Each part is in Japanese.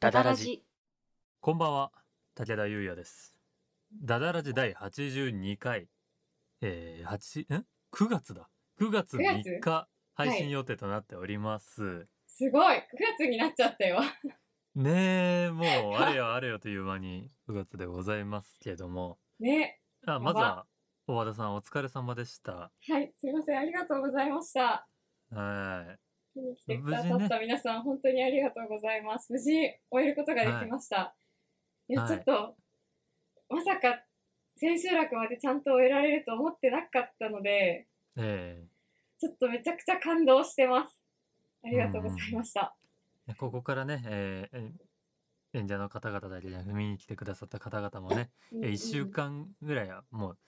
ダダラジ。こんばんは、武田優也です。ダダラジ第82回、えー、八ん ?9 月だ。9月9 3日配信予定となっております。すごい !9 月になっちゃったよ。ねえ、もうあれよあ れよという間に9月でございますけども。ね。あばまずは、大和田さんお疲れ様でした。はい、すいません。ありがとうございました。は見に来てくださった皆さん、本当にありがとうございます。無事終えることができました。い、や、はいちょっと、まさか千秋楽までちゃんと終えられると思ってなかったので、い。えちょっとめちゃくちゃ感動してます。ありがとうございました。ー、ここからね、えーえ演者の方々だけじゃなく見に来てくださった方々もね、うんえーうん一週、間ぐらいはもう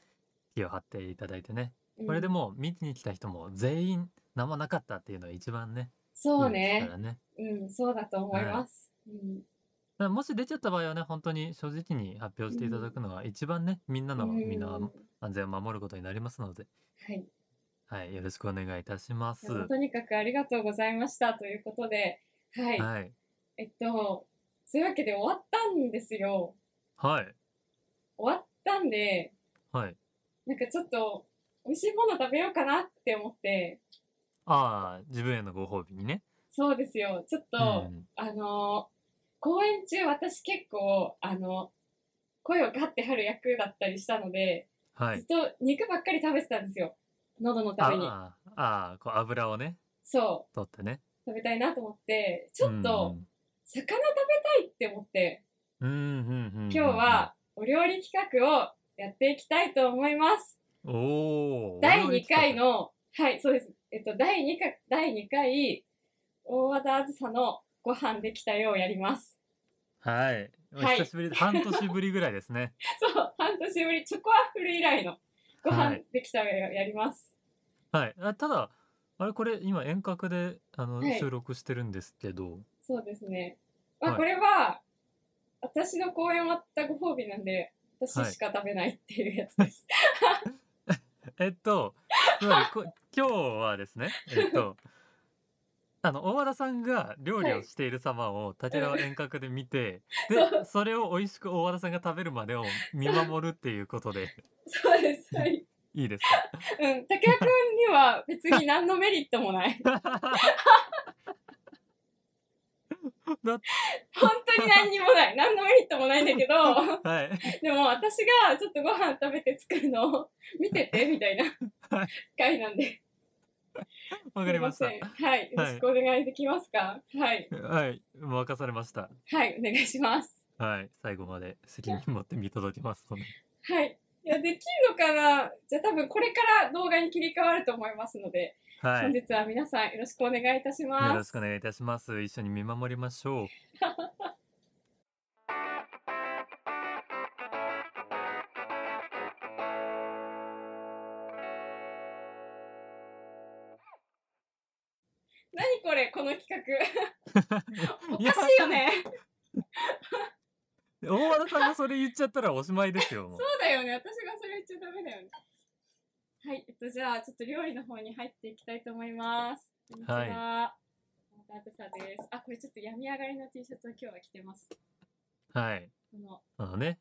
気を張っていただいてね、うんこれでもう見に来た人も全員何もなかったっていうのが一番ねそういいですねか。らねうん、そうだと思います。うんだからもし出ちゃった場合はね本当に正直に発表していただくのが一番ねみんなのみんなうんは安全を守ることになりますので、い。はい、よろしくお願いいたします。いやとにかくありがとうございましたということで、はい。はい、えっと、そういうわけで終わったんですよ。はい、終わったんで、はい。なんかちょっと、美味しいもの食べようかなって思って、ああ自分へのご褒美にね。そうですよ。ちょっと、うんあの、公演中私結構、あの、声をガッて張る役だったりしたので、はいずっと肉ばっかり食べてたんですよ。喉のために。ああああこう油をねそ取ってね。う、食べたいなと思って、ちょっと、魚食べたいって思って、うんうん、うんうんうんうん今日はお料理企画をやっていきたいと思います。おお第2回の、はい、そうです。えっと、第2回、第2回、大和田あずさのご飯できたよをやります。 はい。おはい久しぶり、半年ぶりぐらいですね。そう、半年ぶり、チョコワッフル以来のごは飯いできたよをやります。はい。あただ、あれこれ今遠隔であの、はい収録してるんですけど、そうですね。まあ、はいこれは、私の公演終わったご褒美なんで、はい私しか食べないっていうやつです。えっと、つ まりこ今日はですね、えっと、あの大和田さんが料理をしている様を武田は遠隔で見 て、そでそれを美味しく大和田さんが食べるまでを見守るっていうことで そうです。はい。いいですうん。武田くんには別に何のメリットもない。か だっ本当に何にもない。何のメリットもないんだけど、はいでも私がちょっとご飯食べて作るのを見てて、みたいなはい回なんで。わかりましたすいせんはい。よはろいしくお願いできますかはい。はい任されましたはい、お願いします。はい、最後まで責任持って見届けますので。はい。いや、できるのかなじゃあ多分これから動画に切り替わると思いますので、はい。本よ日は皆さんよろしくお願いいたします。ろしくお願いいたします。一緒に見守りましょう。何これ、この企画。 おいやかしいよね。大和田さんがそれ言っちゃったらおしまいですよ。もうそうだよね。私がそれ言っちゃダメだよね。はい。えっと、じゃあ、ちょっと料理の方に入っていきたいと思います。こんにちは。はいまたあずさです。あ、これちょっと病み上がりの T シャツを今日は着てます。はい。この、あのね、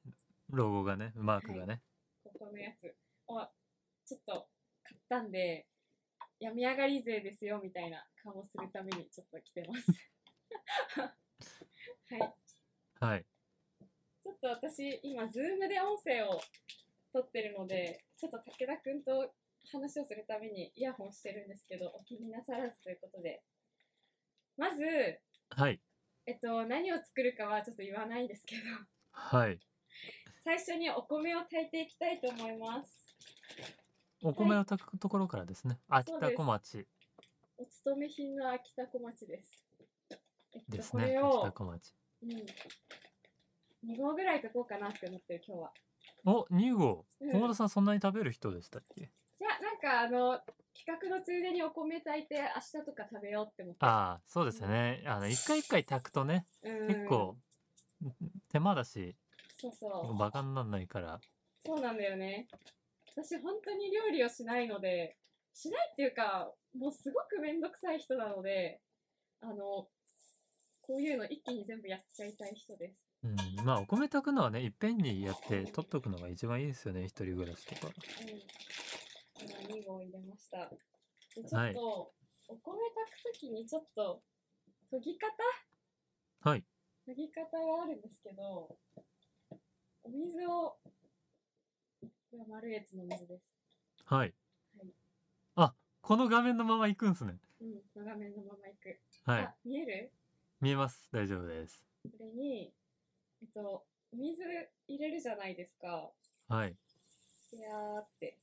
ロゴがね、マークがね。ここのやつを、ちょっと買ったんで、病み上がり勢ですよ、みたいな顔をするためにちょっと着てます。 はい。はい。ちょっと私、今、ズームで音声を撮ってるので、ちょっと武田くんと話をするためにイヤホンしてるんですけど、お気になさらずということで。まず、はい。えっと、何を作るかはちょっと言わないですけど、はい。最初にお米を炊いていきたいと思います。お米を炊くところからですね。秋そう田です小町お勤め品の秋田小町です。えっと、ですこね。れ秋田を、小町。うん、2合ぐらい炊こうかなって思ってる、今日は。お、2号。うん大和田さんそんなに食べる人でしたっけじゃあ、なんかあの、企画のついでにお米炊いて、明日とか食べようって思って。ああ、そうですよね。あの、一回一回炊くとね、うん結構手間だし、そうそう。バカになんないから。そうなんだよね。私、本当に料理をしないので、しないっていうか、もうすごくめんどくさい人なので、あの、こういうの一気に全部やっちゃいたい人です。うん、まあお米炊くのはねいっぺんにやって取っとくのが一番いいですよね一人暮らしとかうん。今2合入れました。でちょはっいと、お米炊くときにちょっと研ぎ方はい研ぎ方があるんですけど、お水を、これは丸越の水です。はいはいあこの画面のまま行くんすねうん、長めのままいく。はいあ、見える見えます大丈夫ですこれに、えっと、お水入れるじゃないですか。はいいやーって。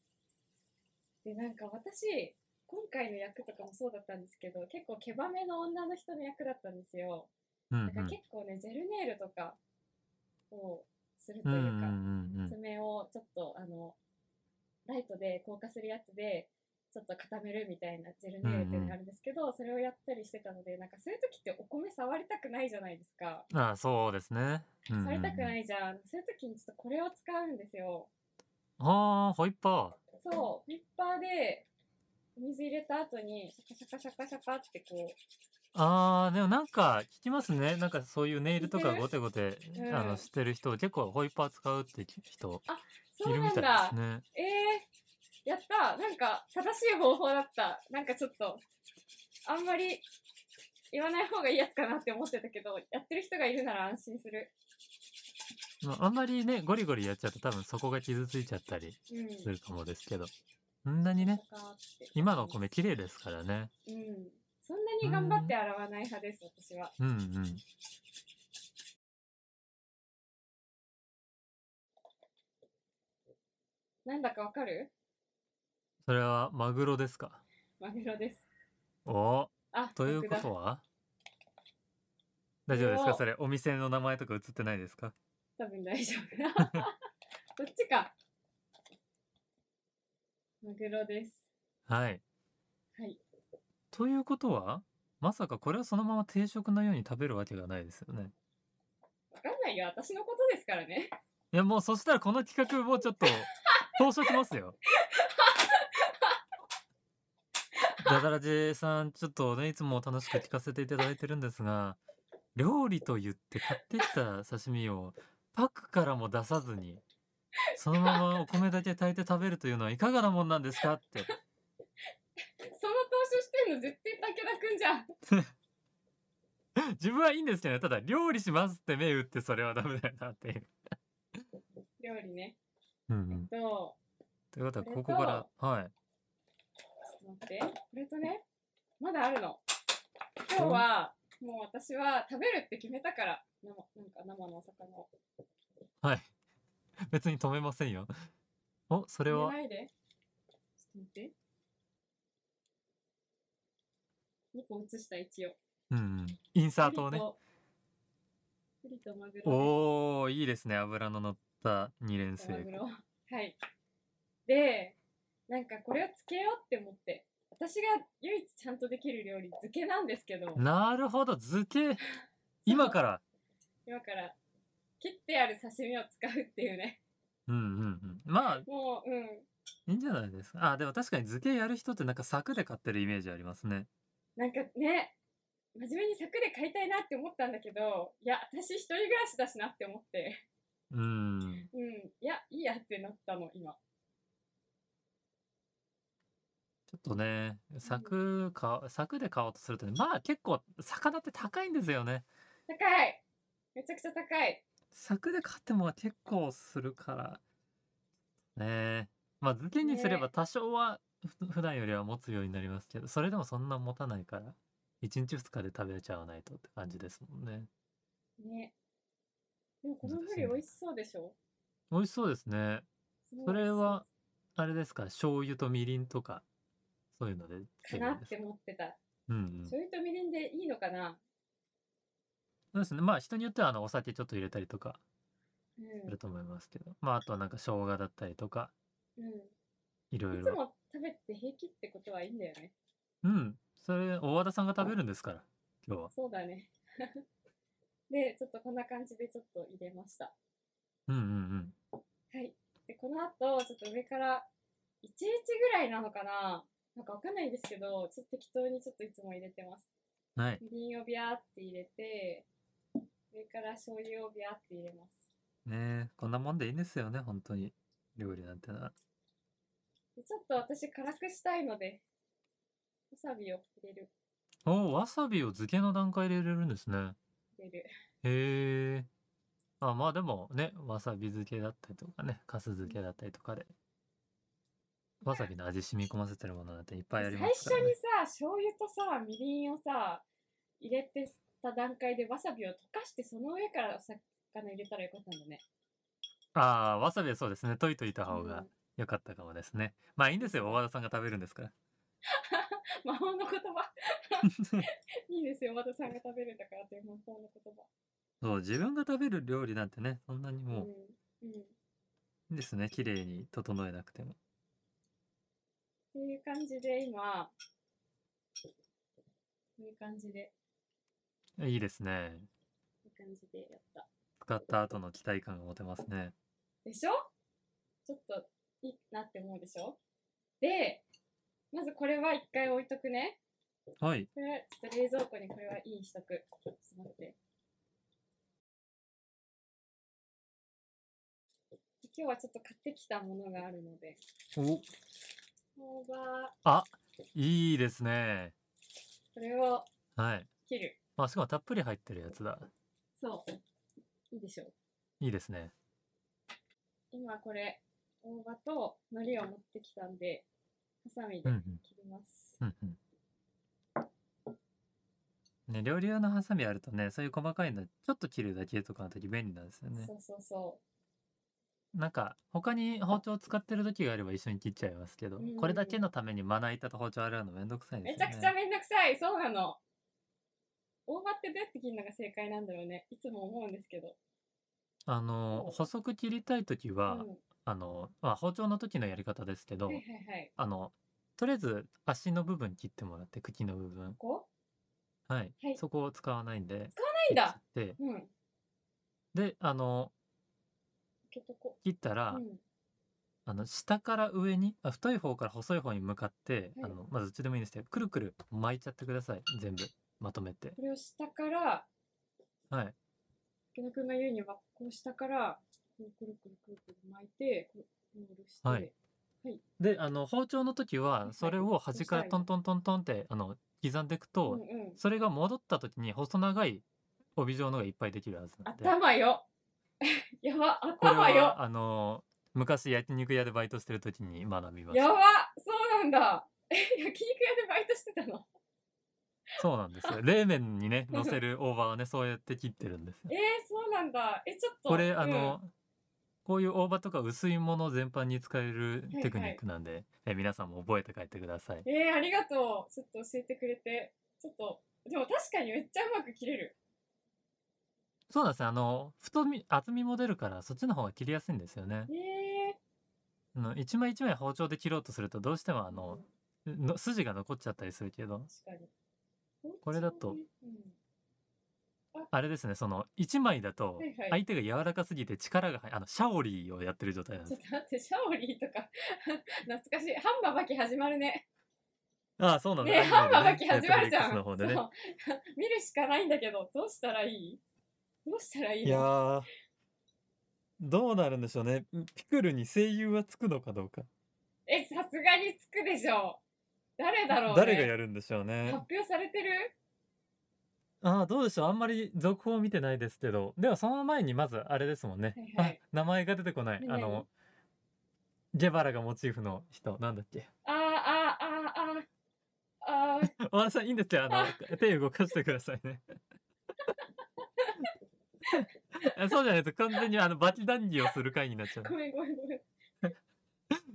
で、なんか私、今回の役とかもそうだったんですけど、結構毛羽めの女の人の役だったんですよ。うんうだんから結構ね、ジェルネイルとかをするとうんういんうか、うんうん爪をちょっとあのライトで硬化するやつでちょっと固めるみたいなジェルネイルっていうのがあるんですけど、それをやったりしてたのでなんかそういう時ってお米触りたくないじゃないですか、あそうですねうんうんうん触りたくないじゃんそういう時にちょっとこれを使うんですよあーホイッパそうフリッパーでお水入れた後にシャカシャカシャカシャカってこうーあーでもなんか聞きますねなんかそういうネイルとか聞いゴテゴテ、うんあのしてる人結構ホイッパー使うって人いそうるみなんたいだですねえー、やったなんか正しい方法だったなんかちょっとあんまり言わない方がいいやつかなって思ってたけどやってる人がいるなら安心するまあ、あんまりねゴリゴリやっちゃうと多分そこが傷ついちゃったりうんするかもですけどそんなにね今のお米綺麗ですからねうんそんなに頑張って洗わない派です私はうんうんなんだかわかるそれはマグロですかマグロですおあというこ僕だとは大丈夫ですこれかをそれお店の名前とか映ってないですか多分大丈夫 どっちかマグロですはいはいということはまさかこれをそのまま定食のように食べるわけがないですよねわかんないよ私のことですからねいやもうそしたらこの企画もうちょっ と当初きますよダダラジェさんちょっとねいつも楽しく聞かせていただいてるんですが料理と言って買ってきた刺身をパックからも出さずにそのままお米だけ炊いて食べるというのはいかがなもんなんですかってその投資してるの絶対武田くんじゃん自分はいいんですけどねただ料理しますって目打ってそれはダメだよなっていう、料理ね。うんうえっん、と、ちょということはここからはいっと待って。これとね、まだあるの。今日は、もう私は食べるって決めたから、生なんか生のお魚を。はい。別に止めませんよ。お、それ入れはな、いで。ちょっと待って。2個移した、一応。うんうん、インサートをね。プリとマグ ロおー、いいですね。油の乗った二連です。マグ星。ロ。はい。で、なんかこれをつけようって思って。私が唯一ちゃんとできる料理、漬けなんですけど。なるほど、漬け。今から。今から切ってある刺身を使うっていうねうんうんうん。まあ、もううんいいんじゃないですか。あ、でも確かに漬けやる人ってなんか柵で買ってるイメージありますね。なんかね真面目に柵で買いたいなって思ったんだけどいや私一人暮らしだしなって思ってうん。うんいやいいやってなったの今ちょっとね、柵か、柵で買おうとするとね、まあ結構、魚って高いんですよね。高いめちゃくちゃ高い柵で買っても結構するからねえまあ漬けにすればね多少はふ普段よりは持つようになりますけどそれでもそんな持たないから1日2日で食べちゃわないとって感じですもんねねでもこのぶり美味しそうでしょ美味しそうですねすごいそれはあれですか醤油とみりんとかそういうので美味しそうかなって思ってたうんうんそ醤油とみりんでいいのかなうですねまあ人によってはあのお酒ちょっと入れたりとかうん、すると思いますけどまああとはなんか生姜だったりとかういろん、いいつろも食べて平気ってことはいいんだよねうんそれ大和田さんが食べるんですから今日はそうだね。 で、ちょっとこんな感じでちょっと入れました。うんうんうんはい。で、この後、ちょっと上から1日ぐらいなのかななんかわかんないんですけど、ちょっと適当にちょっといつも入れてます。はい。みりんをビャーって入れて、上から醤油をビャーって入れます。ねえこんなもんでいいんですよね、本当に。料理なんてのは。でちょっと私辛くしたいので、わさびを入れる、おお、わさびを漬けの段階で入れるんですね。入れる。へえ。あ、まあでもね、わさび漬けだったりとかね、かす漬けだったりとかで、わさびの味染み込ませてるものなんていっぱいあ最り初ますからねに。さ、醤油とさ、みりんをさ、入れてた段階でわさびを溶かして、その上からお魚入れたらよかったんだね。ああ、わさびはそうですね、溶いといた方うがん良かったかもですね。まあいいんですよ、大和田さんが食べるんですから。 魔法の言葉いいんですよ、和田さんが食べるんだからっていう魔法の言葉。そう、自分が食べる料理なんてね、そんなにもううん。うん。いいですね、綺麗に整えなくても。っていう感じで今、こういう感じで、いいですね。こういう感じでやった。使った後の期待感が持てますね。でしょちょっといいなって思うでしょで、まずこれは一回置いとくね。はい。これはちょっと冷蔵庫にこれはいいにしとく。ちょっと待って。今日はちょっと買ってきたものがあるので、お、大葉、いいですね。これをはい。切る。まあしかもたっぷり入ってるやつだ。そう。いいでしょう。いいですね。今これ、大葉と海苔を持ってきたんで、ハサミうんでうん。切ります。うんうん。ね、料理用のハサミあるとね、そういう細かいの、ちょっと切るだけとかの時便利なんですよねそ。うそうそなんか、他に包丁使ってる時があれば一緒に切っちゃいますけど、うん。これだけのためにまな板と包丁洗うのめんどくさいうでめすちゃよね。くちゃめんどくさい。そうなの。大葉ってどうやって切るのが正解なんだろうね。いつも思うんですけど。あの、細く切りたい時は、うん、あの、まあ、包丁の時のやり方ですけど、はいはいはい。あの、とりあえず足の部分切ってもらって、茎の部分。こはい。はいそこを使わないんで。うないんだ。切ってうん。で、あの、けとこ。切ったら、うん。あの下から上にあ太い方から細い方に向かって、はいあのまずどっちでもいいんですけどくるくる巻いちゃってください全部まとめてこれを下から、はい池田くんが言うには、こう下から、こうくるくるくるくる巻いて、こう、ロールして。はいであの包丁の時いははいそれを端からトントントントンってあの刻んでいくと、うんうん。それが戻った時に細長い帯状のがいっぱいできるはずなんで頭よ。 やば、これ頭よは。あの昔焼肉屋でバイトしてる時に学びましやばたそうなんだ え焼肉屋でバイトしてたの そうなんですよ冷麺にね乗せる大葉はねそうやって切ってるんですよえー、そうなんだえちょっとこれうんあの、こういう大葉とか薄いもの全般に使えるはいテクニックなんで、え皆さんも覚えて帰ってください。えー、ありがとうちょっと教えてくれてちょっとでも確かにめっちゃうまく切れるそうなんですねあの太み厚みも出るからそっちの方が切りやすいんですよねえ。ー、あの一枚一枚包丁で切ろうとするとどうしてもあのうんの筋が残っちゃったりするけど確かにこれだとうんあれですねその一枚だとはいはい相手が柔らかすぎて力が入あのシャオリーをやってる状態なんちでょっす。と待ってシャオリーとか 懐かしいハンババキ始まるねああそうなんだ。ねえハンバアバ ニメキで始まるじゃ Netflix んの方でねそう 見るしかないんだけどどうしたらいいどうしたらいいいやのーどうなるんでしょうねピクルに声優はつくのかどうかえさすがにつくでしょ誰だろう、ね、誰がやるんでしょう発ね表されてるああどうでしょうあんまり続報を見てないですけどではその前にまずあれですもんね、はいはいあ名前が出てこないあ何々のゲバラがモチーフの人なんだっ けあーあーあーあーあーお話さんいいんですよああ の手動かしてくださいね あそうじゃないと完全にあのバキ談義をする回になっちゃうごめんごめん ごめん。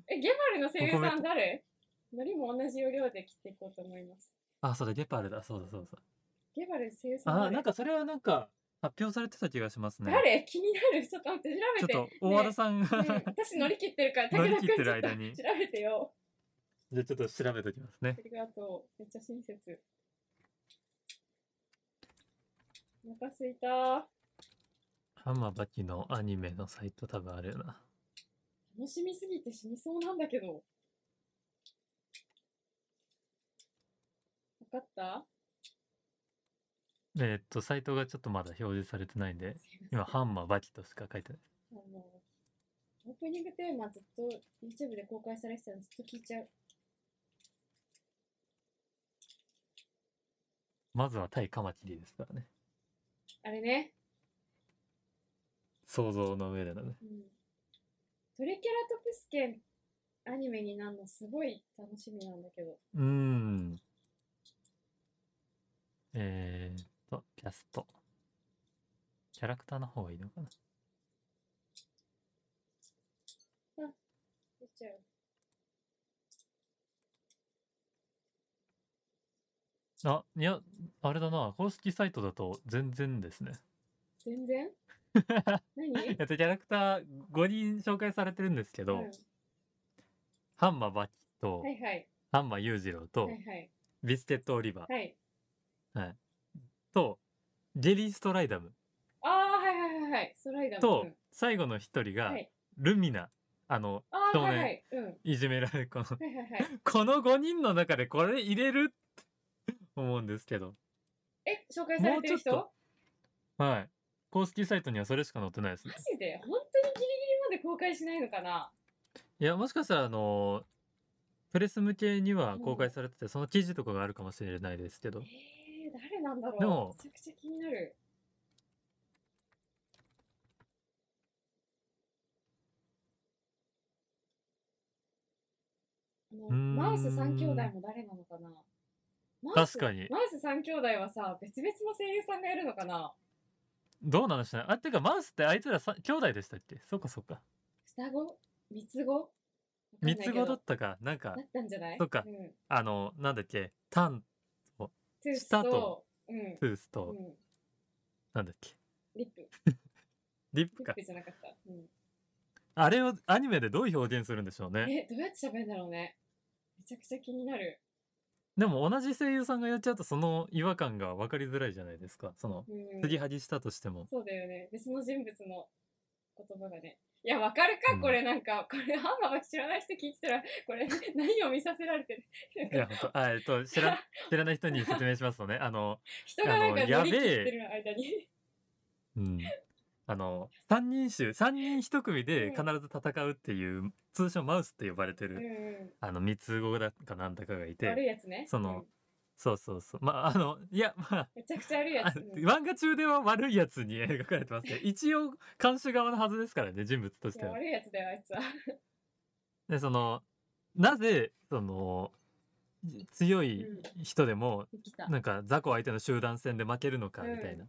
え、ゲバルの声優さん誰海苔も同じ要領で切っていこうと思います。あそうだゲパルだそうだそうだゲバル声優さんあ誰あなんかそれはなんか発表されてた気がしますね誰気になるちょっと待って、ち調ょっべて。と大和田さんが、 ね私乗り切ってるから、乗武り田切って君るちょっ間と調にべてよ。じゃあちょっと調べておきますねありがとう。めっちゃ親切。お腹すいた。浜バキのアニメのサイト多分あるよな楽しみすぎて死にそうなんだけど。わかったえーっと、サイトがちょっとまだ表示されてないんで、今、ハンマー、バキとしか書いてない。あの、オープニングテーマずっと YouTube で公開されてたのずっと聞いちゃう。まずは対カマキリですからね。あれね、想像の上でのね。うん、トリケラトプスケンアニメになるのすごい楽しみなんだけど。うーん。えーっと、キャスト。キャラクターの方がいいのかな。出ちゃう。あ、いや、あれだな、公式サイトだと全然ですね。全然何えっと、キャラクター5人紹介されてるんですけうど、ん、はハンマーバキと、いはい。ハンマー裕次郎と、はいはい。ビスケットオリバーはい。と、ゲリー・ストライダムああ、はいはいはいはい。ストライダーもとうん、最後の一人がはい、ルミナ、あの、ああ、少はい年はい。うん。はいじめられる子の、 いはいはい。この5人の中でこれ入れるって思うんですけど、え、紹介されてる人もうちょっはい。公式サイトにはそれしか載ってないですねマ。ジで本当にギリギリまで公開しないのかないや、もしかしたら、あの、プレス向けには公う開んされてて、その記事とかがあるかもしれないですけどえ、ー、誰なんだろうでもめちゃくちゃ気になる。あのーんマウス三兄弟も誰なのかなマウス確かに。マウス三兄弟はさ、別々の声優さんがやるのかなどうなんでしょうね。あ、てか、マウスってあいつらさ兄弟でしたっけそっかそっか。双子三つ子わかん三ないけつど子だったか、なんかな、ったんじゃないそっかうん、あの、なんだっけ、タン、トゥース下とと、うん、トゥースうと、ん、なんだっけ、リップ。リップリッかプ。じゃなかった。うんあれをアニメでどう表現するんでしょうね。え、どうやって喋るんだろうね。めちゃくちゃ気になる。でも、同じ声優さんがやっちゃうと、その違和感が分かりづらいじゃないですか。その、うん継ぎはぎしたとしても。そうだよね。別の人物の言葉がね。いや、わかるか、うんこれなんか、これ、ハンマーが知らない人聞いてたら、こ れ、何を見させられてる。なんいかや、本当あ、えっと、知 ら、知らない人に説明しますとね、あの、人がなんあかのや乗べりえ切ってる間に。うん、あの三人衆三人一組で必ず戦うっていう通称マウスって呼ばれてうる、んうあの三つ子だかなんだかがいん。悪いてやつね。そのうんそうそうそうまああのいやまめちゃくちゃ悪いあやあつ。うん漫画中では悪いやつに描かれてます ね一応監修側のはずですからね人物としいてやは。悪いやつだよ、あいつは。でそのなぜその強いうん人でも、生きた。なんか雑魚相手の集団戦で負けるのかうんみたいな、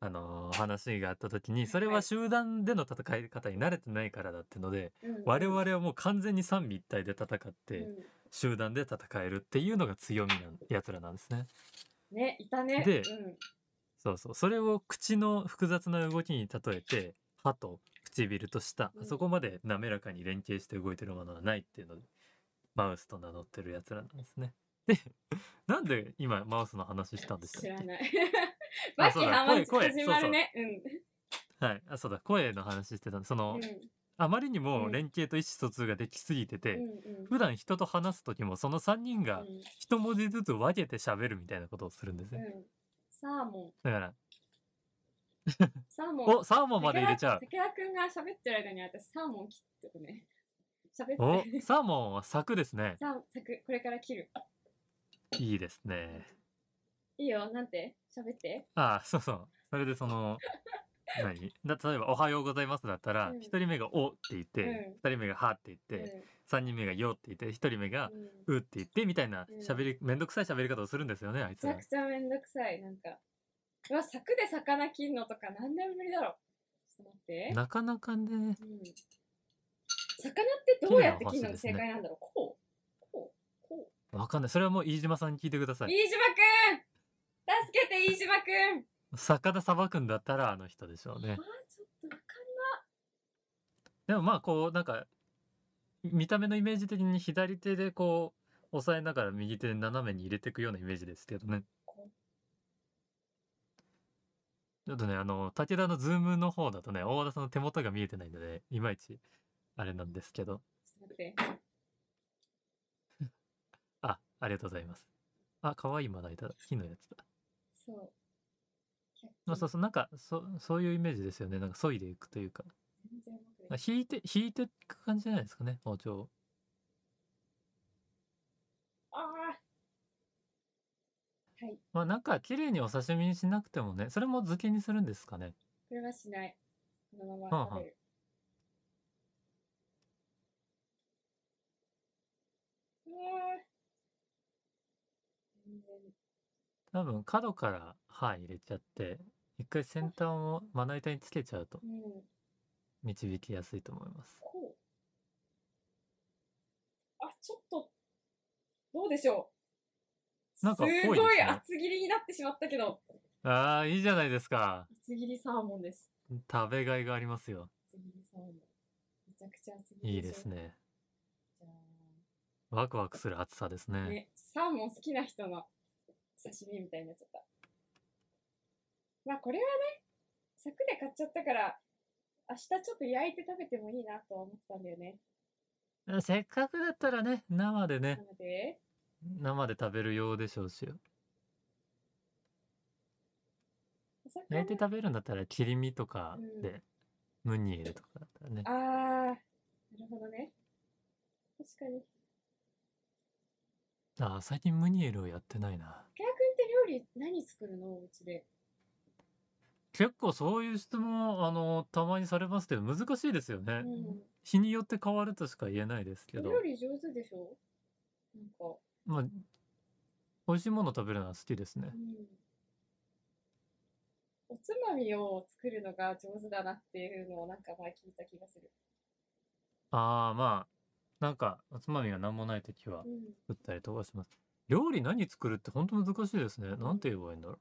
あの話があった時にそれははい集団での戦い方に慣れてないからだってので、うん我々はもう完全に三位一体で戦っうて、ん集団で戦えるっていうのが強みなやつらなんですね。ね、いたね。でうんそうそうそれを口の複雑な動きに例えて歯と唇と舌、うんそこまで滑らかに連携して動いてるものはないっていうのでマウスと名乗ってるやつらなんですね。で なんで今マウスの話したんでしたっ知け らない。バキそうだハマチ声声始まるね。うんはい、あそうだ声の話してたその、うんあまりにうもん連携と意思疎通ができすぎてて、うんうん普段人と話す時もその3人がうん一文字ずつ分けて喋るみたいなことをするんですね。うんサーモだから、ン。サーモン。おサーモンまで入れちゃう。武田くんが喋ってる間に私サーモン切っておくね。喋おって。サーモンは柵ですね。サーモン、さく、これから切る。いいですね。いいよ、なんて喋って。ああ、そうそう。それでその、何 だ例えば、おはようございますだったら、うん一人目がおって言って、うん二人目がはって言っうて、ん三人目がよって言って、一人目がうんうって言って、みたいなうん喋り、めんどくさい喋り方をするんですよね、あいめつちゃらく。ちゃめんどくさい、なんか。うわ、柵で魚切んのとか何年ぶりだろう。ちょっと待って。なかなかね、うん魚ってどうやって切切るのるのがが正正解なんだろう。こうこうこうわかんない。それはもう飯島さんに聞いてください。飯島くん助けて飯島くん魚さばくんだったらあの人でしょうねあー。ちょっとわかんでもまあこうなんか見た目のイメージ的に左手でこう押さえながら右手で斜めに入れていくようなイメージですけどね。ちょっとねあの武田のズームの方だとね大和田さんの手元が見えてないので、いまいちあれなんですけどちょっと待って。あありがとうございます。あ可愛いまな板だ木のやつだ。そう。まあ、そうそうなんかそそういうイメージですよねなんか削いでいくというか全然うまくない。引いて引いていく感じじゃないですかね包丁をああ。はい。まあなんか綺麗にお刺身にしなくてもねそれも漬けにするんですかねこれはしない。このまま食べる。うわー全然多分角から歯入れちゃって一回先端をまな板につけちゃうとうん、導きやすいと思いますこう。あ、ちょっと、どうでしょう。なんかぽいですねすごい厚切りになってしまったけど、あーいいじゃないですか厚切りサーモンです。食べがいがありますよ厚切りサーモン。めちゃくちゃ厚切りいいですね。ねじゃワクワクする暑さですあねね、サーモン好きな人の刺身みたいになっちゃった。まあこれはね、柵で買っちゃったから、明日ちょっと焼いて食べてもいいなとは思ってたんだよね。うんせっかくだったらね生でなねので、生で食べるようでしょうしお魚焼いて食べるんだったら切り身とかで、ムニエルとかだったらねあー、なるほどね。確かに。ああ最近ムニエルをやってないなケア君って料理何作るのうちで。結構そういう質問あのたまにされますけど難しいですよね、う日によって変わるとしか言えないですけん。ど料理上手でしょなんか。まあ美味しいもの食べるのは好きですねうんおつまみを作るのが上手だなっていうのをなんか前聞いた気がする。ああまあなんかおつまみが何もない時はうん。作ったりとかします料理何作るって本当難しいですねなんて言えばいいんだろう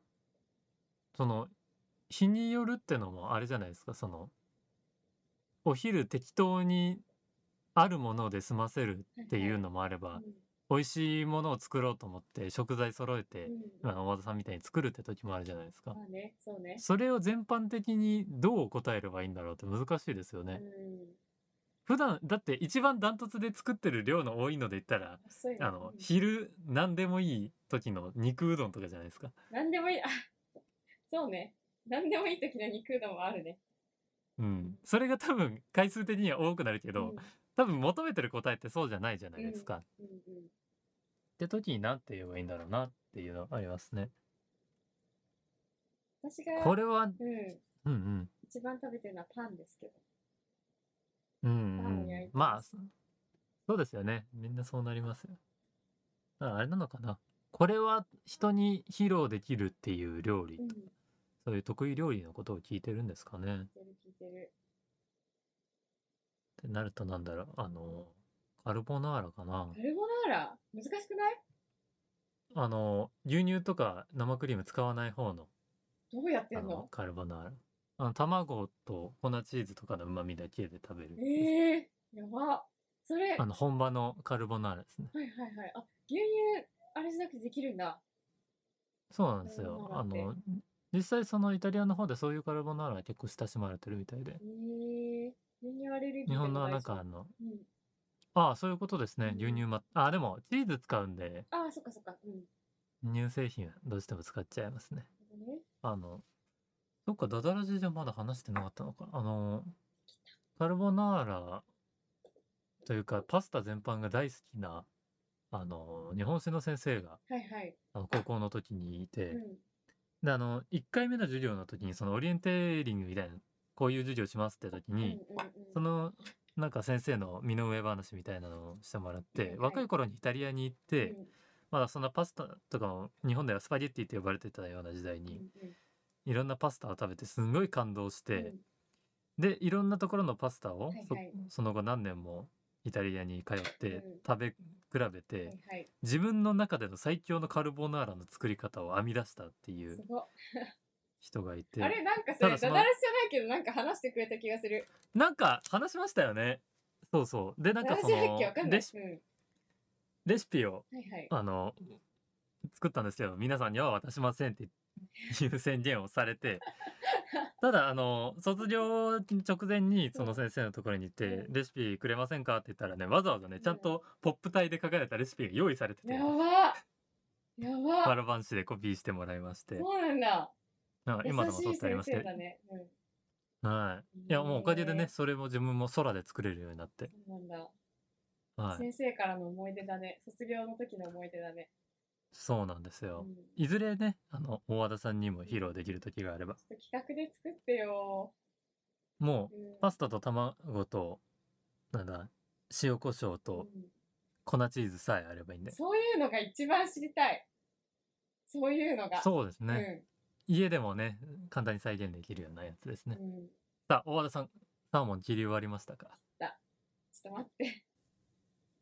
その日によるってのもあれじゃないですかそのお昼適当にあるもので済ませるっていうのもあれば、美味しいものを作ろうと思って食材揃えて、うん。うん今の大和田さんみたいに作るって時もあるじゃないですか、まあね、そうね。それを全般的にどう答えればいいんだろうって難しいですようね、ん。普段だって一番ダントツで作ってる量の多いので言ったらそういうあの昼何でもいい時の肉うどんとかじゃないですかなんでもいい。あそうね。なんでもいい時の肉うどんもあるね。うんそれが多分回数的には多くなるけうんど、多分求めてる答えってそうじゃないじゃないですか、っうんうん。て時に何て言えばいいんだろうなっていうのありますね私が、これはうん。うんうん一番食べてるのはパンですけど。うんパンをう焼いんてままあすそそうですよねみんなそうなりますよだからあれなのかなこれは人に披露できるっていう料理、うん。そういう得意料理のことを聞いてるんですかね聞いてる聞いてる。ってなるとなんだろうあのカルボナーラかなカルボナーラ難しくないあの牛乳とか生クリーム使わない方のどうやってあんののカルボナーラあの卵と粉チーズとかのうまみだけで食べる、ええー、やば。それ、あの本場のカルボナーラですねはいはいはい。あ、牛乳、あれじゃなくてできるんだ。そうなんですカルよボナあーラの実際そのイタリアの方でそういうカルボナーラは結構親しまれてるみたいでええ牛乳アレルギー日本のでなも大ん丈夫かあのうん。ああそういうことですねうん牛乳まあでもチーズ使うんでああ、そっかそっか。うん。乳製品はどうしても使っちゃいますねなるほどね。あの、そっか、ダダラジじゃまだ話してなかったのか。あの、カルボナーラというか、パスタ全般が大好きな、あの、日本史の先生が、はいはい。あの高校の時にいて、うん。で、あの、1回目の授業の時に、そのオリエンテーリングみたいな、こういう授業しますって時うんうんに、うん。その、なんか先生の身の上話みたいなのをしてもらっはて、い若い頃にイタリアに行って、うんまだそんなパスタとかも、日本ではスパゲッティって呼ばれてたような時代うに、んうんいろんなパスタを食べてすんごい感動しうて、んでいろんなところのパスタを、はいそはいその後何年もイタリアに通ってうん食べ比べて、はいはい。自分の中での最強のカルボナーラの作り方を編み出したっていすうごっ。人がいてあれ、なんかそただれ、ダそダのラシじゃないけど、なんか話してくれた気がする。なんか話しましたよねそうそうでなダんかそダラシだっのけわかんない。レシうん。レシピをはいはい。あの作ったんですよ皆さんには渡しま せんっていう宣言をされてただあの卒業直前にその先生のところに行って「うレシピくれませんか?」って言ったらねわざわざねちゃんとポップ体で書かれたレシピが用意されててやばやばバラバン紙でコピーしてもらいましてそうなんだ。はい今でも撮ってありますけ優しどい先生だね。うん。はいいやもうおかげでねそれも自分も空で作れるようになってそうなんだ、はい先生からの思い出だね。卒業の時の思い出だね。そうなんですうよん、いずれねあの大和田さんにも披露できる時があればちょっと企画で作ってよ。もううん、パスタと卵となんだ塩コショウとうん粉チーズさえあればいいんでそういうのが一番知りたい。そういうのが。そうですね、家でもね簡単に再現できるようなやつですうん。ね、うん。ちさあ大和田さんサーモン切り終わりましたかょっと待って。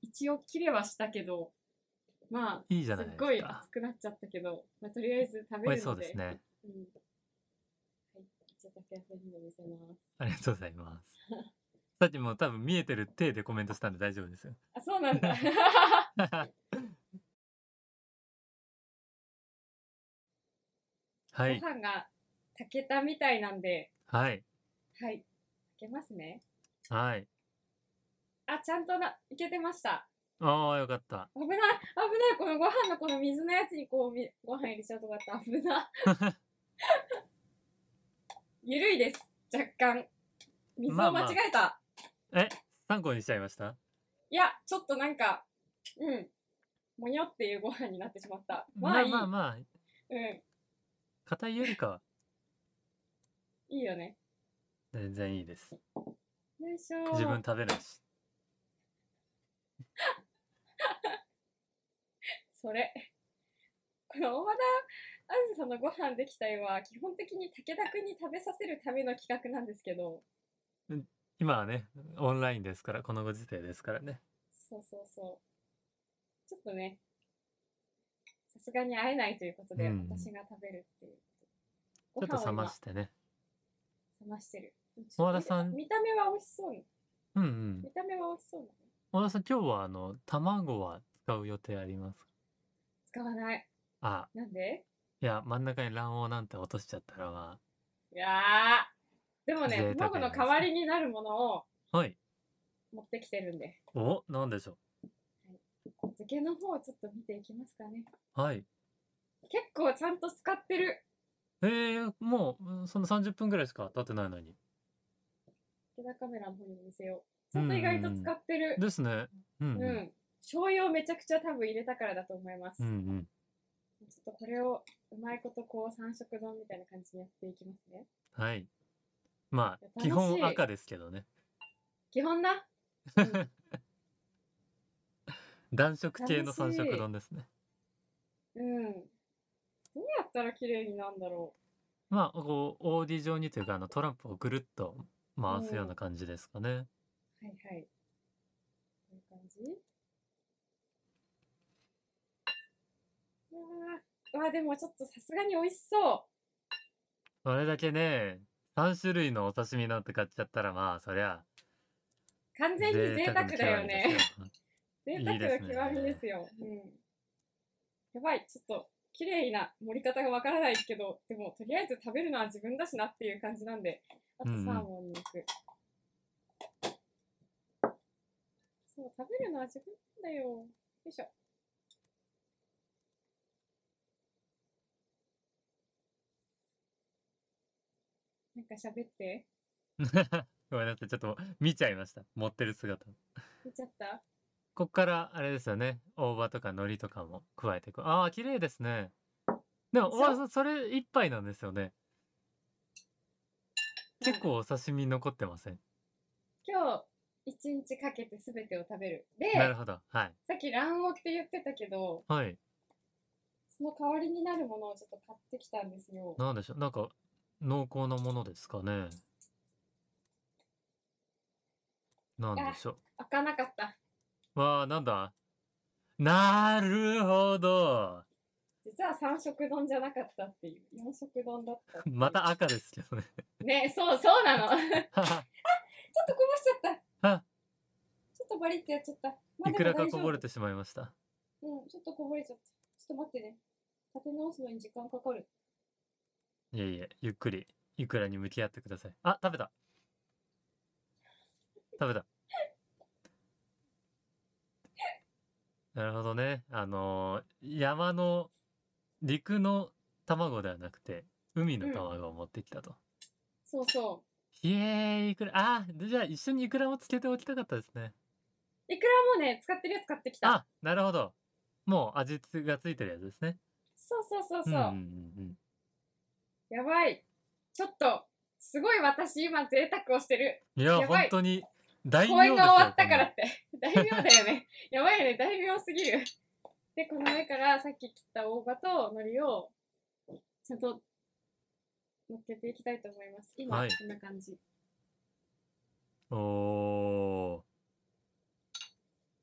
一応切れはしたけど、まいいじあ、ゃなすいっですごいか熱くなっちゃったけど、まあ、とりあえず食べる美味ので。しそうですねうん。はい。じゃあ、竹谷さんにも見せます。ありがとうございますさっきも多分見えてる手でコメントしたんで大丈夫ですよ あ、そうなんだ。はい ご飯が炊けたみたいなんで、はいはい。炊けますね。はいあ、ちゃんとな、いけてました。ああよかった危ない、危ない。このご飯のこの水のやつにこう、みご飯入れちゃうとかって危な。 ゆるいです。若干。水まあをまあ間違えた。え参考にしちゃいましたいや、ちょっとなんか、うん。もにょっていうご飯になってしまった。ままああいい。まあまあうん。硬いよりかはいいよね。全然いいですよいしょー。自分食べないしそれ。この大和田あずさのご飯できた絵は、基本的に武田くんに食べさせるための企画なんですけど、今はねオンラインですからこのご時世ですからねそうそうそう。ちょっとね、さすがに会えないということで、うん私が食べるっていう。ちょっと冷ご飯を今ましてね冷ましてる。大和田さん見た目は美味しそうな。うんうん見た目は美味しそうな。小田さん今日はあの卵は使う予定ありますか使わない。あなんでいや真ん中に卵黄なんて落としちゃったらまいやー。でもね、贅沢卵の代わりになるものをあはい持ってきてるんで、おなんでしょ漬けの方をちょっと見ていきますかね。うはい結構ちゃんと使ってる。えー、もううんその30分ぐらいしか経ってないのに手田カメラの方にも見せよう。ちゃんと意外と使ってる。ですねうんうう。んん醤油をめちゃくちゃ多分入れたからだと思います。うんうんちょっとこれをうまいことこう三色丼みたいな感じにやっていきますね。はいまあ楽しい基本赤ですけどね基本な。暖色系の楽三しい色丼ですねうん。うんどうやったら綺麗になんだろまあこうオーディ状にというかあのトランプをぐるっと回すような感じですかねう。はいはい。こういう感じ。うわーうわーでもちょっとさすがに美味しそそれだけね3種類のお刺身なんて買っちゃったらまあそりゃう。完全に贅沢だよね。いい贅沢ですねの極みですよ。うん。やばい、ちょっと、綺麗な盛り方がわからないけど、でも、とりあえず食べるのは自分だしなっていう感じなんで、あとうんサうんーモンに行く。そう、食べるのは自分なんだよ。よいしょ。なんか喋って。 ごめんなさい、ちょっと見ちゃいました。持ってる姿。見ちゃったこっから、あれですよね。大葉とか海苔とかも加えていく。ああ、綺麗ですね。でも、そう大葉さん、それ一杯なんですよね。結構お刺身残ってません。今日、一日かけて全てを食べる。で、なるほど。はい。さっき卵黄って言ってたけど、はい。その代わりになるものをちょっと買ってきたんですよ。なんでしょう。なんか、濃厚なものですかね。なんでしょ開かなかった。う。わあ、なんだなるほど。実は三色丼じゃなかったっていう。四色丼だったっていうま。た赤ですけどね。 ね、そう、そうなの。ちょっとこぼしちゃった。あちょっとバリってやっちゃった。まあいくらかでも大丈夫こぼれてしまいました。うん、ちょっとこぼれちゃった。ちょっと待ってね。立て直すのに時間かかる。いえいえ、ゆっくり、いくらに向き合ってください。あ、食べた。食べた。なるほどね。あのー山の陸の卵ではなくて、海の卵を持ってきたと。そうそひえー、いくら、あー、じゃあ一緒にいくらもつけておきたかったですね。う。いくらもね、使ってるやつ買ってきた。あ、なるほど。もう味つがついてるやつですね。そうそうそうそう。んうんうんやばい。ちょっと、すごい私今贅沢をしてる。うん。いや、やばい本当に大公名です演よ。が終わったからこって。 大名だよね。やばいよね。大名すぎる。で、この上からさっき切った大葉と海苔をちゃんと乗っけていきたいと思います。今、はいこんな感じ。のおー。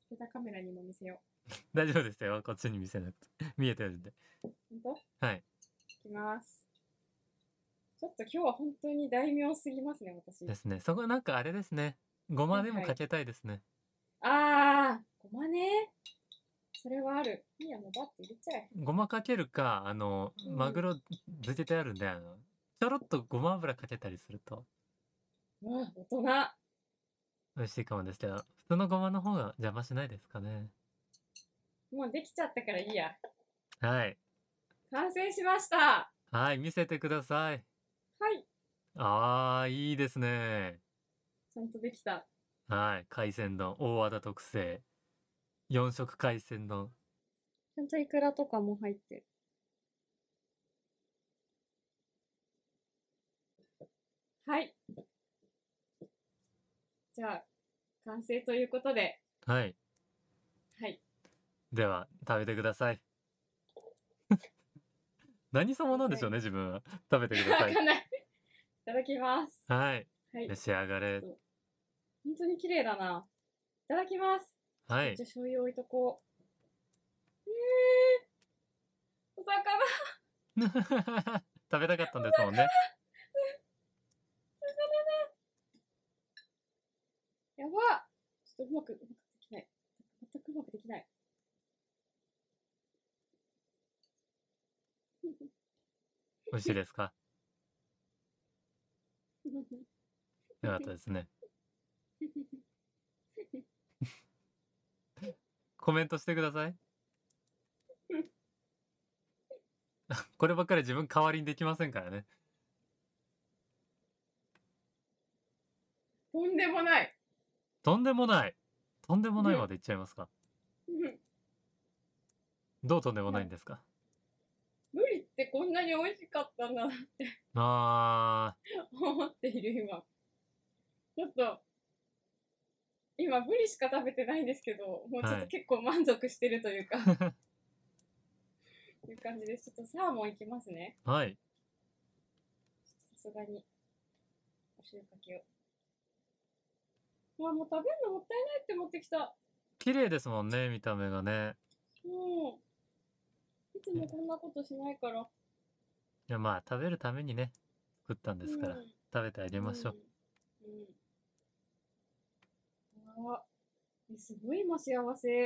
ベタカメラにも見せよ 大丈夫ですよ。こっちに見せなくて。 見えてるんで。う。ほんとはい。いきます。ちょっと今日は本当に大名すぎますね、私。ですね。そこなんかあれですね。ごまでもかけたいですね。あー、ごまね。それはある。いいや、もうバッて入れちゃえ。ごまかけるか、あの、うんマグロ漬けてあるんで、あの、ちょろっとごま油かけたりするとうわ、大人。美味しいかもですけど、普通のごまの方が邪魔しないですかね。もうできちゃったからいいや。はい。完成しました。ははい、見せてください。い。ああ、いいですね。ちゃんとできた。はい、海鮮丼、大和田特製、四色海鮮丼。ちゃんとイクラとかも入ってる。はい。じゃあ、完成ということで、はい、はい。では食べてくだ さい。何様なんでしょうね、自分は。食べてくだわさかい。んない。いただきます。はい、はい召。し上がれ。本当に綺麗だな。いただきます。はい じゃあ、、醤油置いとこう。えー、お魚、食べたかったんですもんね。やばちょっとうまく、うまくできない。全くうまくできない。 美味しいですか。よかったですね。コメントしてください。 こればっかり自分代わりにできませんからね。とんでもない。 とんでもない。とんでもないまで言っちゃいますか。どうとんでもないんですか。無理ってこんなに美味しかったんだな ってあ思っている今。ちょっと、今ブリしか食べてないんですけど、もうちょっはとい結構満足してるとい うか、ーい、う感じです。ちょっとサーモンいきますね。はい。さすがに。お塩かけを。うわ、もう食べるのもったいないって持ってきた。綺麗ですもんね、見た目がね。もう、いつもこんなことしないから。いや、まあ、食べるためにね、作ったんですから、うん食べてあげましょう。うん。うん、あーえすごい今幸せ。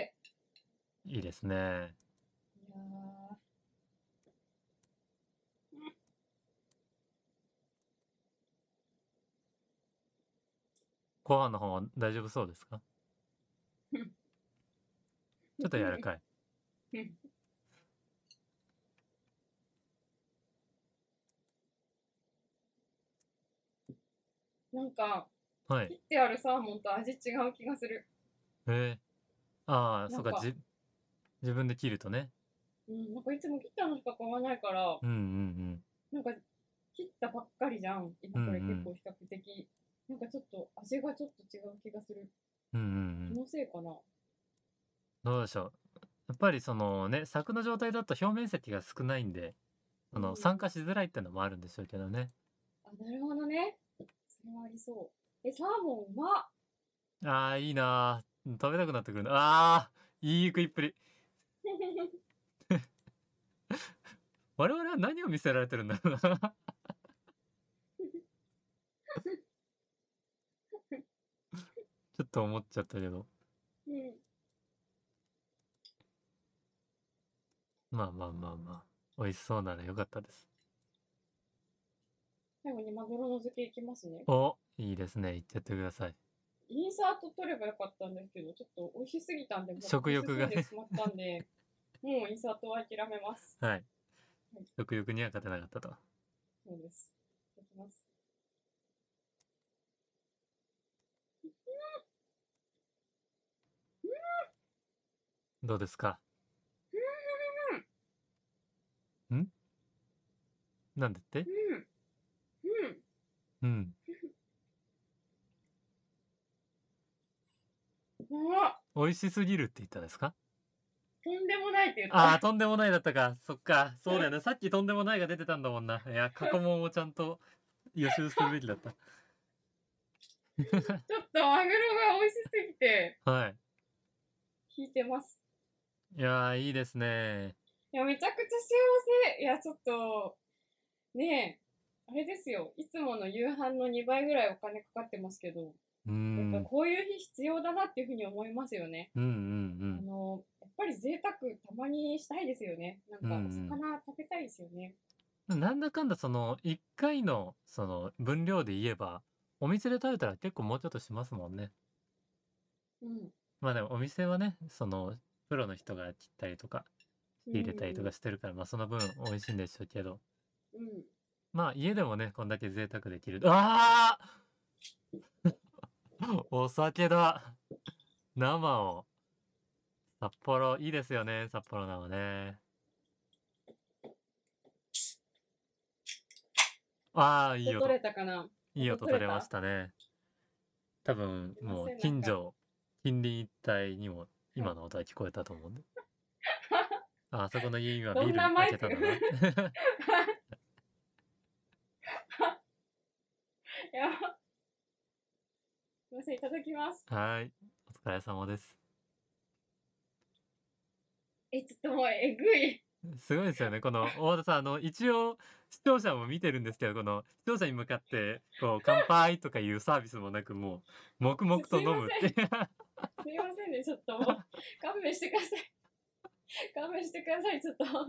いやいいですね。ーうんご飯の方は大丈夫そうですかうんちょっと柔らかい。うん なんか、はい切。ってあるサーモンと味違う気がする。えー、ああ、なそんうかか、じ、自分で切るとね。うん、なんかいつも切ったのしか買わないから、うんうんなんか切ったばっかりじゃん。今これうんうん結構比較的。なんかちょっと味がちょっと違う気がする。うん。うんうん気うん。のせいかな。どうでしょう。やっぱりそのね、柵の状態だと表面積が少ないんで、あうの、ん酸化しづらいってのもあるんでしょうけどね。あ、なるほどね。それはありそう。え、サーモンうまっ ああ、いいなー食べたくなってくるな。ああ、いい食いっぷり。我々は何を見せられてるんだろうな。ちょっと思っちゃったけど。うん。まあまあまあまあ。美味しそうならよかったです。最後にマグロの漬けいきますね。お、いいですね。言っちゃってください。インサート取ればよかったんですけど、ちょっと美味しすぎたんで、もう食欲がね進んでしまったんで、 もうインサートは諦めます。はいはい。食欲には勝てなかったと。そうです。いきます。どうですかんなんでってううん。うん。ん。うわ美味しすぎるって言ったですかとんでもないって言った。ああ、とんでもないだったか。そっか。そうだよね。さっきとんでもないが出てたんだもんな。いや、過去問をちゃんと予習するべきだった。ちょっとマグロが美味しすぎて、はい。引いてます。いやー、いいですね。いや、めちゃくちゃ幸せ。いや、ちょっと、ねえ、あれですよ。いつもの夕飯の2倍ぐらいお金かかってますけど、うーやっん。うぱんこういう日必要だなっていうふうに思いますよね。うあんの、やっぱり贅沢たまにしたいですよね。なんかうんお魚食べたいですよね。うん。なんだかんだその、1回のその分量で言えば、お店で食べたら結構もうちょっとしますもんね。うん。まあでもお店はね、その、プロの人が切ったりとか、入れたりとかしてるから、まあその分美味しいんでしょうけど。うん。うん。まあ家でもね、こんだけ贅沢できる。ああ お酒だ生を。札幌、いいですよね、札幌生ね。ああ、いい取音。れたかないい音取取れれたましたね。多分、すいまもせうんなん近か所、近隣一帯にも今の音は聞こえたと思うん で。ああそこの家今ビどんールな開けたんマだイクな。いや。すいません、いただきます。はい。お疲れ様です。え、ちょっともうえぐい。すごいですよね。この、大和田さん、あの、一応、視聴者も見てるんですけど、この、視聴者に向かって、こう、乾杯とかいうサービスもなく、もう、黙々と飲むっていう。すいませんね、ちょっともう。勘弁してください。勘弁してください、ちょっと本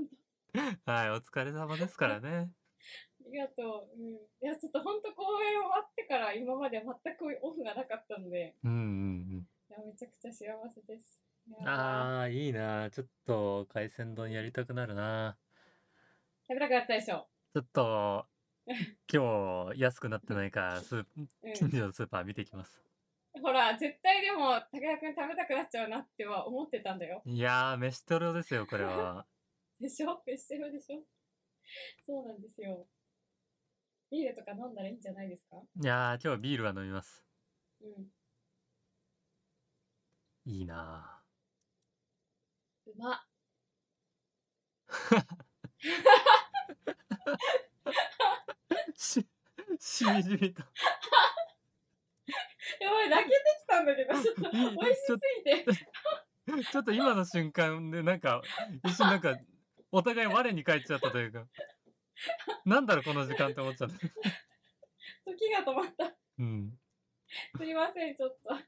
当。はい、お疲れ様ですからね。ありがとう。うん。いや、ちょっと本当公演終わってから今まで全くオフがなかったので、うんうんいや、めちゃくちゃ幸せです。いやうん。ーああ、いいな。ちょっと、海鮮丼やりたくなるな。食べたくなったでしょ。ちょっと、今日、安くなってないか、スーう近 ん。所のスーパー見てきます。ほら、絶対でも、武田くん食べたくなっちゃうなっては思ってたんだよ。いやー、飯トロですよ、これは。でしょしてるでしょそうなんですよ。ビールとか飲んだらいいんじゃないですかいやー、今日はビールは飲みます。うん。いいな。うま。 し、しみじみと。やばい、泣けてきたんだけど、ちょっといい美味しすぎて。 ちょっと今の瞬間でなんか一瞬なんかお互い我に返っちゃったというかなんだろうこの時間って思っちゃった。 時が止まった。うん。すいません、ちょっと。は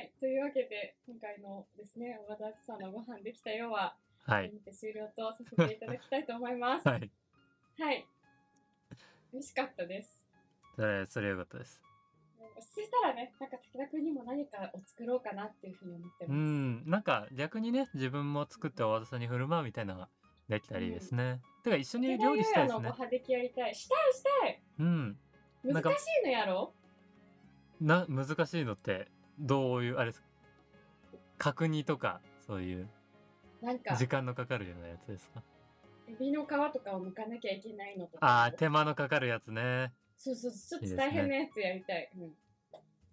い、というわけで、今回のですね、小和田さんのご飯できたようは、は見い。て終了とさせていただきたいと思います。はい。はい。美味しかったです。それ、それよかったです。落ち着いたらね、なんか武田くんにも何かを作ろうかなっていうふうに思ってうます。ん。なんか逆にね、自分も作って大和田さんに振る舞うみたいなのができたりですね。てか一緒に武田料理したい也ですのねご。はできやりたい。したいしたいうん。な難んかしいのやろな、難しいのってどういう、あれですか角煮とか、そういうなんか、時間のかかるようなやつですかエビの皮とかを剥かなきゃいけないのとか。ああ、手間のかかるやつね。そうそうそう、ちょいっいでとすね大変なやつやりたい。うん。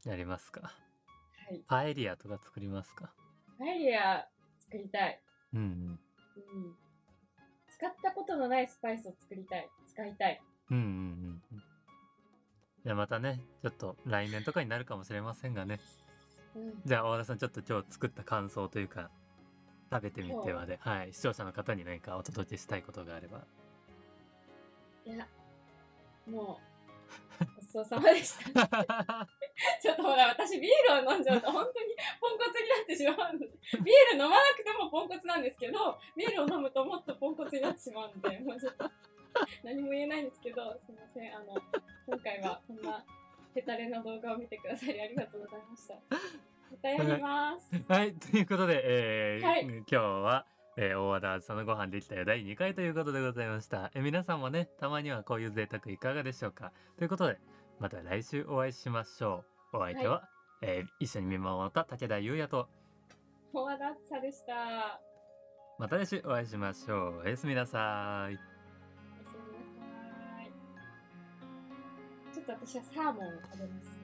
やりますか。はい。パエリアとか作りますか。パエリア作りたい。うんうん。うん。使ったことのないスパイスを作りたい。使いたい。うんうんうんうん。じゃあまたね、ちょっと来年とかになるかもしれませんがね。うん。じゃあ大和田さん、ちょっと今日作った感想というか、食べてみてはで、はい、視聴者の方に何かお届けしたいことがあれば。 いや、もう、ごちそうさまでした。 ちょっとほら、私ビールを飲んじゃうと本当にポンコツになってしまうので、ビール飲まなくてもポンコツなんですけど、ビールを飲むともっとポンコツになってしまうので、もうちょっと何も言えないんですけど、すいません、あの、今回はこんなヘタレな動画を見てくださりありがとうご ざいました。またやります。はい、ということで、えーはい今日はえー大和田朝のご飯できたよ第2回ということでございました、えー皆さんもねたまにはこういう贅沢いかがでしょうかということでまた来週お会いしましょうお相手は、えー一緒に見守った武田優也と大和田あつさでした。また来週お会いしましょうおやすみなさいおやすみなさい。ちょっと私はサーモンを食べます。